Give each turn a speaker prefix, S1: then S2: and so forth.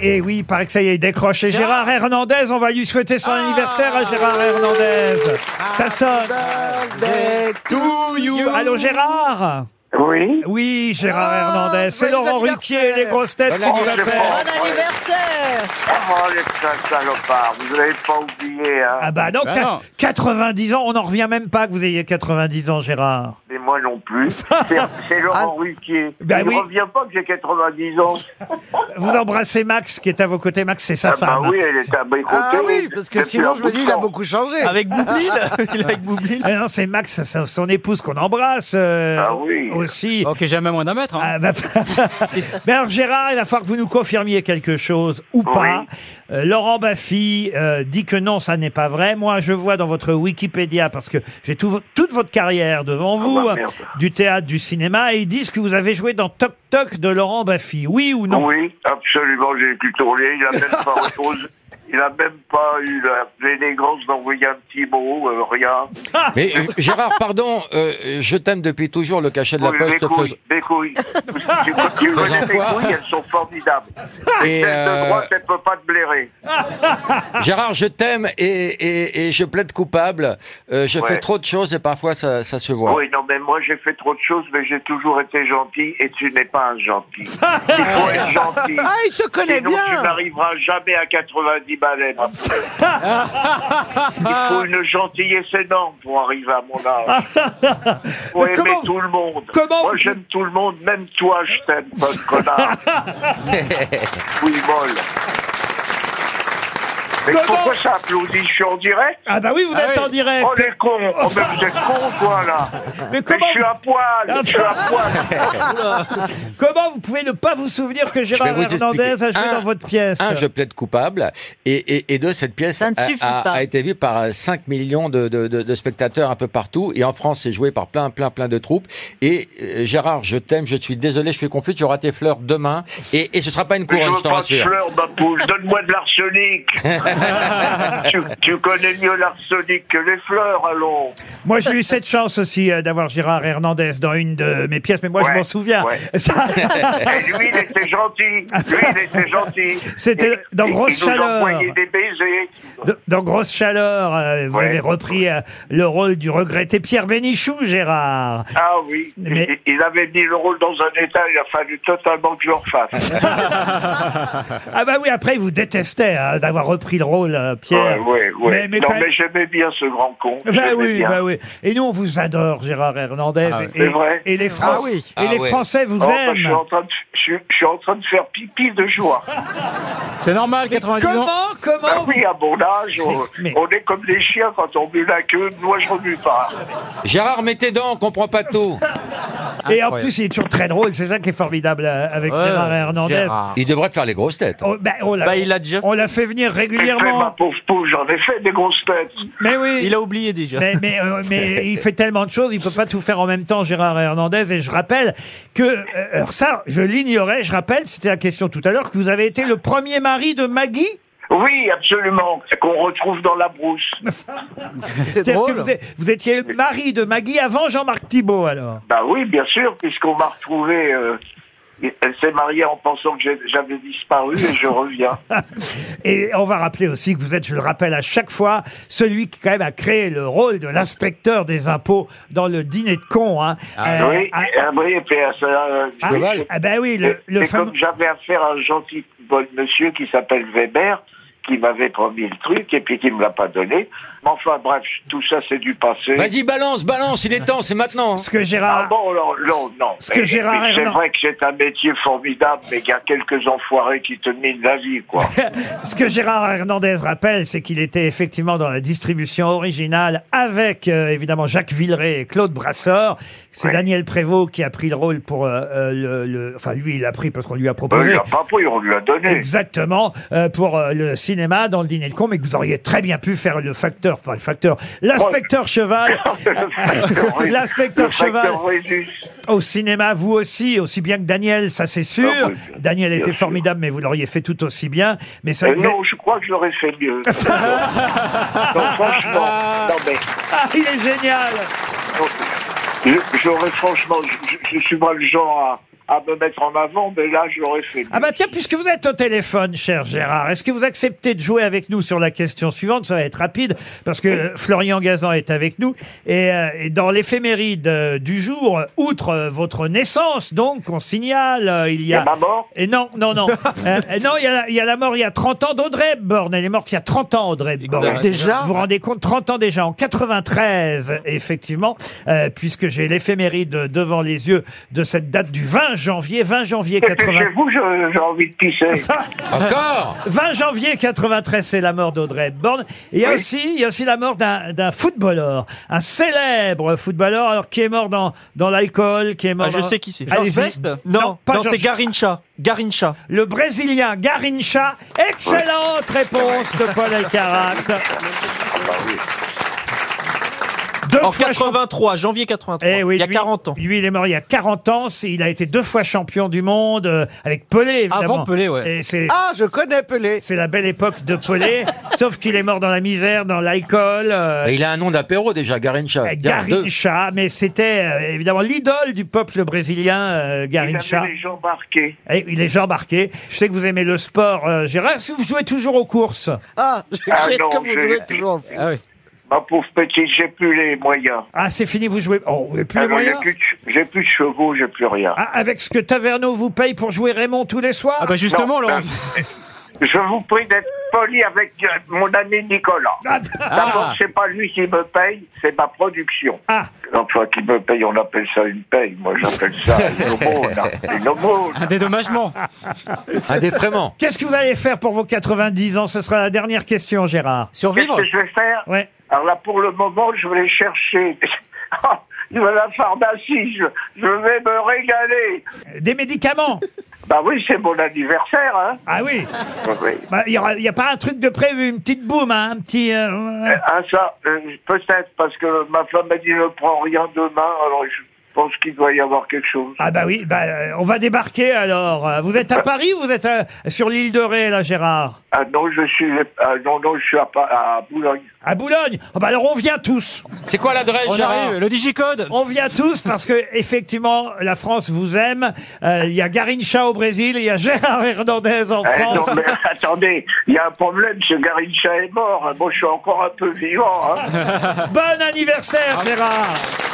S1: Et Eh oui, il paraît que ça y est, il décroche. Et Gérard Hernandez, on va lui souhaiter son anniversaire à Gérard Hernandez. Ça sonne. Allô Gérard
S2: Oui.
S1: Oui, Gérard Hernandez. C'est
S3: joyeux
S1: Laurent Ruquier, les grosses têtes
S2: Bon
S4: Oh,
S1: qu'on vous
S2: anniversaire.
S1: appelle.
S3: Bon anniversaire
S2: Oh, les petits salopards, vous n'avez pas oublié, hein.
S1: Ah bah non,
S5: Bah
S1: quat-
S5: non.
S1: 90 ans, on n'en revient même pas que vous ayez 90 ans, Gérard.
S2: Mais moi non plus. C'est- C'est
S4: Ah.
S2: Laurent Ruquier.
S1: Ben
S2: Il
S1: oui.
S2: revient pas que j'ai 90 ans.
S1: Vous embrassez Max qui est à vos côtés. Max, c'est sa
S2: Ah bah
S1: femme.
S2: oui, elle est à mes côtés.
S3: Ah oui, Ah. parce que
S2: depuis
S3: sinon, je me dis, il a
S2: longtemps.
S3: beaucoup changé.
S5: Avec Boublil Il est avec Boublil
S1: Ah non, c'est Max, sa- son épouse qu'on embrasse euh,
S2: Ah oui.
S1: aussi.
S5: Ok, jamais moins d'un mètre. hein.
S1: Ah, bah, Mais alors Gérard, il va falloir que vous nous confirmiez quelque chose ou pas. Euh, Laurent Baffy euh, dit que non, ça n'est pas vrai. Moi, je vois dans votre Wikipédia, parce que j'ai tout vo- toute votre carrière devant vous,
S2: bah, merde.
S1: euh, du théâtre, du cinéma, et ils disent que vous avez joué dans Toc Toc de Laurent Baffy. Oui ou non
S2: Oui, absolument, j'ai pu tourner. Il a même pas osé- Il a même pas eu la- l'élégance d'envoyer un petit mot, euh, rien.
S4: Mais euh, Gérard, pardon, euh, je t'aime depuis toujours, le cachet de la
S2: Oui, mes
S4: poste. fais-
S2: couilles, mes couilles. Tu, tu connais mes
S4: Quoi
S2: couilles, elles sont formidables.
S4: Et,
S2: Celle de
S4: euh,
S2: droite, elle peut pas te blairer.
S4: Gérard, je t'aime et, et, et je plaide coupable. Euh, je
S2: Ouais.
S4: fais trop de choses et parfois ça, ça se voit.
S2: Oui, non, mais moi j'ai fait trop de choses, mais j'ai toujours été gentil et tu n'es pas un gentil. Il
S1: Ah.
S2: faut être gentil.
S3: Ah, il te connaît
S2: Sinon, tu
S3: bien
S2: n'arriveras jamais à 90 baleines. après. Il faut une gentillesse énorme pour arriver à mon âge. Il faut
S1: Mais
S2: aimer
S1: comment-
S2: tout le monde.
S1: comment-
S2: Moi, j'aime tout le monde, même toi, je t'aime, pauvre connard. oui, molle. Mais
S1: Comment-
S2: pourquoi ça applaudit Je suis en direct
S1: Ah bah oui, vous êtes
S5: oui.
S1: en direct.
S2: Oh les cons Oh mais vous êtes cons, quoi, là
S1: Mais
S2: Mais
S1: comment, Ah,
S2: je suis à poil Je suis à poil
S1: comment vous pouvez ne pas vous souvenir que Gérard
S4: vous expliquer.
S1: Hernandez a joué
S4: Un-
S1: dans votre pièce
S4: Un, je plaide coupable. Et, et, et deux, cette pièce
S3: Ça
S4: a,
S3: ne suffit
S4: a-
S3: pas.
S4: a été vue par euh, 5 millions de, de, de- de spectateurs un peu partout. Et en France, c'est joué par plein, plein, plein de troupes. Et euh, Gérard, je t'aime, je suis désolé, je suis confus, tu auras tes fleurs demain. Et, et ce sera pas une
S2: Mais Je
S4: couronne, je
S2: veux
S4: t'en
S2: pas de
S4: rassure.
S2: fleurs, ma poule. Donne-moi de l'arsenic. tu, tu connais mieux l'arsenic que les fleurs, allons.
S1: Moi, j'ai eu cette chance aussi euh, d'avoir Gérard Hernandez dans une de mes pièces, mais moi, je
S2: Ouais,
S1: m'en souviens.
S2: ouais.
S1: Ça-
S2: Et lui, il était gentil. Lui, il était gentil.
S1: C'était
S2: Et-
S1: dans
S2: et-
S1: Grosse
S2: il nous
S1: Chaleur.
S2: envoyait des baisers.
S1: dans- dans Grosse Chaleur, euh, vous
S2: Ouais.
S1: avez repris euh, le rôle du regretté Pierre Bénichou, Gérard.
S2: Ah oui.
S1: Mais-
S2: Il, il avait mis le rôle dans un état, il a fallu totalement que je le refasse.
S1: Ah bah oui, après, il vous détestait hein, d'avoir repris le rôle, euh, Pierre.
S2: Ouais, ouais, ouais.
S1: Mais, mais
S2: non,
S1: quand même-
S2: mais j'aimais bien ce grand con.
S1: Bah
S2: J'aimais
S1: oui,
S2: bien. Oh,
S1: bah oui. Et nous, on vous adore, Gérard Hernandez.
S5: Ah ouais.
S1: et,
S2: C'est vrai
S1: et les, Fran-
S3: Ah oui.
S1: et les
S4: Ah ouais.
S1: Français vous
S2: Oh, bah, je, suis
S1: aiment.
S2: en train de, je, suis- je suis en train de faire pipi de joie.
S5: C'est normal, 90
S1: Comment,
S5: ans.
S1: comment
S2: Ah oui, à mon âge, on,
S1: mais-
S2: on est comme des chiens quand on mue la queue. Moi, je remue pas.
S4: Gérard, mets tes dents, on comprend pas tout.
S1: Et en
S5: Incroyable.
S1: plus, il est toujours très drôle. C'est ça qui est formidable euh, avec Gérard Hernandez.
S4: Il devrait te faire les grosses têtes.
S1: Oh, bah, on l'a-
S5: Bah, il l'a déjà
S1: on l'a fait venir
S2: Et puis, ma
S1: régulièrement.
S2: pauvre poule, j'en ai fait des grosses têtes.
S1: Mais oui.
S5: Il a oublié déjà.
S1: Mais, mais, euh, mais il fait tellement de choses, il peut pas tout faire en même temps, Gérard Hernandez. Et je rappelle que, euh, alors ça, je l'ignorais, je rappelle, c'était la question tout à l'heure, que vous avez été le premier mari de Maggie.
S2: Oui, absolument. Qu'on retrouve dans la brousse.
S3: C'est
S1: C'est-à-dire que
S3: drôle
S1: vous, êtes- vous étiez le mari de Maggie avant Jean-Marc Thibault, alors.
S2: Bah oui, bien sûr, puisqu'on m'a retrouvé. euh, elle s'est mariée en pensant que j'ai- j'avais disparu et je reviens.
S1: Et on va rappeler aussi que vous êtes, je le rappelle à chaque fois, celui qui quand même a créé le rôle de l'inspecteur des impôts dans le dîner de cons. Hein. Euh,
S2: oui,
S1: ah,
S2: et après, et puis, euh,
S1: ah,
S2: oui,
S1: ah ben oui,
S2: Et
S1: le, le
S2: et
S1: fameux-
S2: comme j'avais affaire à un gentil bon monsieur qui s'appelle Weber, qui m'avait promis le truc et puis qui me l'a pas donné. Mais enfin bref, tout ça c'est du passé.
S4: Vas-y, balance, balance, il est temps, c'est maintenant. hein.
S1: ce que Gérard...
S2: Ah bon, non, non, non.
S1: Ce que
S2: Et-
S1: Gérard
S2: et C'est
S1: Hernan-
S2: vrai que c'est un métier formidable, mais qu'il y a quelques enfoirés qui te minent la vie, quoi.
S1: Ce que Gérard Hernandez rappelle, c'est qu'il était effectivement dans la distribution originale avec euh, évidemment Jacques Villeray et Claude Brasseur. C'est
S2: Ouais.
S1: Daniel Prévost qui a pris le rôle pour euh, euh, le, le- Enfin, lui, il a pris parce qu'on lui a
S2: Eux, Euh, il
S1: proposé.
S2: l'a pas pris, on lui l'a donné.
S1: Exactement, euh, pour euh, le cinéma, dans le dîner de con, mais que vous auriez très bien pu faire le facteur, pas le facteur, l'inspecteur cheval, L'inspecteur
S2: Le facteur
S1: Cheval.
S2: Résus.
S1: au cinéma, vous aussi, aussi bien que Daniel, ça c'est sûr.
S2: Ah oui, bien-
S1: Daniel
S2: bien
S1: était
S2: sûr.
S1: formidable, mais vous l'auriez fait tout aussi bien. Mais ça
S2: Euh,
S1: devait-
S2: non, je crois que je l'aurais fait mieux. non, franchement, non mais...
S1: Ah, il est génial
S2: Je- J'aurais franchement, je, je- je suis pas le genre à me mettre en avant, mais là, je l'aurais fait.
S1: Ah bah tiens, puisque vous êtes au téléphone, cher Gérard, est-ce que vous acceptez de jouer avec nous sur la question suivante Ça va être rapide, parce que euh, Florian Gazan est avec nous. Et, euh, et dans l'éphéméride euh, du jour, euh, outre euh, votre naissance, donc, qu'on signale, euh, il y a...
S2: ma mort
S1: Et non, non, non. Euh, euh, non, il y, a, la- il y a la mort il y a 30 ans d'Audrey Borne. Elle est morte il y a 30 ans, Audrey Borne.
S3: Déjà
S1: Vous vous rendez compte, 30 ans déjà, en 93, effectivement, euh, puisque j'ai l'éphéméride devant les yeux de cette date du 20 janvier, 20 janvier
S2: C'était
S1: 93.
S2: chez vous, je- j'ai envie de pisser.
S4: encore
S1: 20 janvier 93, c'est la mort d'Audrey Hepburn. Et il y a
S2: Oui.
S1: aussi, il y a aussi la mort d'un d'un footballeur, un célèbre footballeur, alors qui est mort dans dans l'alcool, qui est mort.
S5: Ah, je
S1: dans-
S5: sais qui c'est.
S1: Allez-y.
S5: Non,
S1: pas
S5: non,
S1: Georges-
S5: c'est Garincha. Garincha.
S1: Le Brésilien Garincha. Excellente réponse de Paul Alcarat. Deux
S5: En
S1: fois champion-
S5: 83, janvier 83.
S1: Eh oui,
S5: il y a
S1: lui-
S5: 40 ans.
S1: Lui, il est mort il y a 40 ans. c'est- Il a été deux fois champion du monde euh, avec Pelé, évidemment.
S5: Avant Pelé, ouais.
S1: Et c'est
S3: Ah, je connais Pelé.
S1: c'est la belle époque de Pelé, sauf qu'il est mort dans la misère, dans l'alcool. euh,
S4: Il a un nom d'apéro déjà, Garincha.
S1: Eh,
S4: Tiens, deux.
S1: Garincha, mais c'était euh, évidemment l'idole du peuple brésilien, euh,
S2: Il
S1: Garincha.
S2: avait les gens marqués.
S1: Et Il est Jean Barquet. Je sais que vous aimez le sport, euh, Gérard. Est-ce que vous jouez toujours aux courses
S3: Ah, je
S2: Ah
S3: sais
S2: non,
S3: que vous
S2: je-
S3: jouez toujours au foot.
S5: Ah oui.
S2: Ma pauvre petite, j'ai plus les moyens.
S1: Ah, c'est fini, vous jouez. Oh, vous n'avez plus les
S2: Alors, J'ai
S1: moyens
S2: plus, de che- j'ai plus de chevaux, j'ai plus rien.
S1: Ah, Avec ce que Taverneau vous paye pour jouer Raymond tous les soirs
S5: Ah bah justement,
S2: Non,
S5: Laurent.
S2: ben, Je vous prie d'être poli avec euh, mon ami Nicolas.
S1: Ah,
S2: D'abord, c'est pas lui qui me paye, c'est ma production.
S1: ah,
S2: L'emploi qui me paye, on appelle ça une paye. Moi, j'appelle ça une aumône. hein. Une aumône.
S1: Ah,
S5: Un dédommagement.
S4: Un défraiement.
S1: Qu'est-ce que vous allez faire pour vos 90 ans Ce sera la dernière question, Gérard.
S2: Qu'est-ce
S5: Survivre.
S2: que je vais faire
S1: Ouais.
S2: Alors là, pour le moment, je vais les chercher. Ah, Je vais à la pharmacie, je, je vais me régaler.
S1: Des médicaments
S2: Bah oui, c'est mon anniversaire, hein.
S1: Ah oui
S2: Oui.
S1: Bah, Il n'y a pas un truc de prévu, une petite boum, hein, un petit. euh,
S2: Ah ça, euh, peut-être, parce que ma femme m'a dit ne prends rien demain, alors je pense qu'il doit y avoir quelque chose.
S1: Ah bah oui, bah, euh, on va débarquer alors. Euh, Vous êtes à Paris ou vous êtes euh, sur l'île de Ré, là, Gérard
S2: Ah non, je suis, ah non, non, je suis à, Pa- à Boulogne.
S1: À Boulogne Ah bah alors on vient tous.
S4: C'est quoi l'adresse,
S5: On
S4: Gérard
S5: arrive. Le digicode.
S1: On vient tous parce que effectivement la France vous aime. Euh, Il y a Garincha au Brésil, il y a Gérard Hernandez en
S2: Eh, non,
S1: France.
S2: mais attendez, il y a un problème, ce Garincha est mort. Moi, je suis encore un peu vivant. Hein.
S1: Bon anniversaire Gérard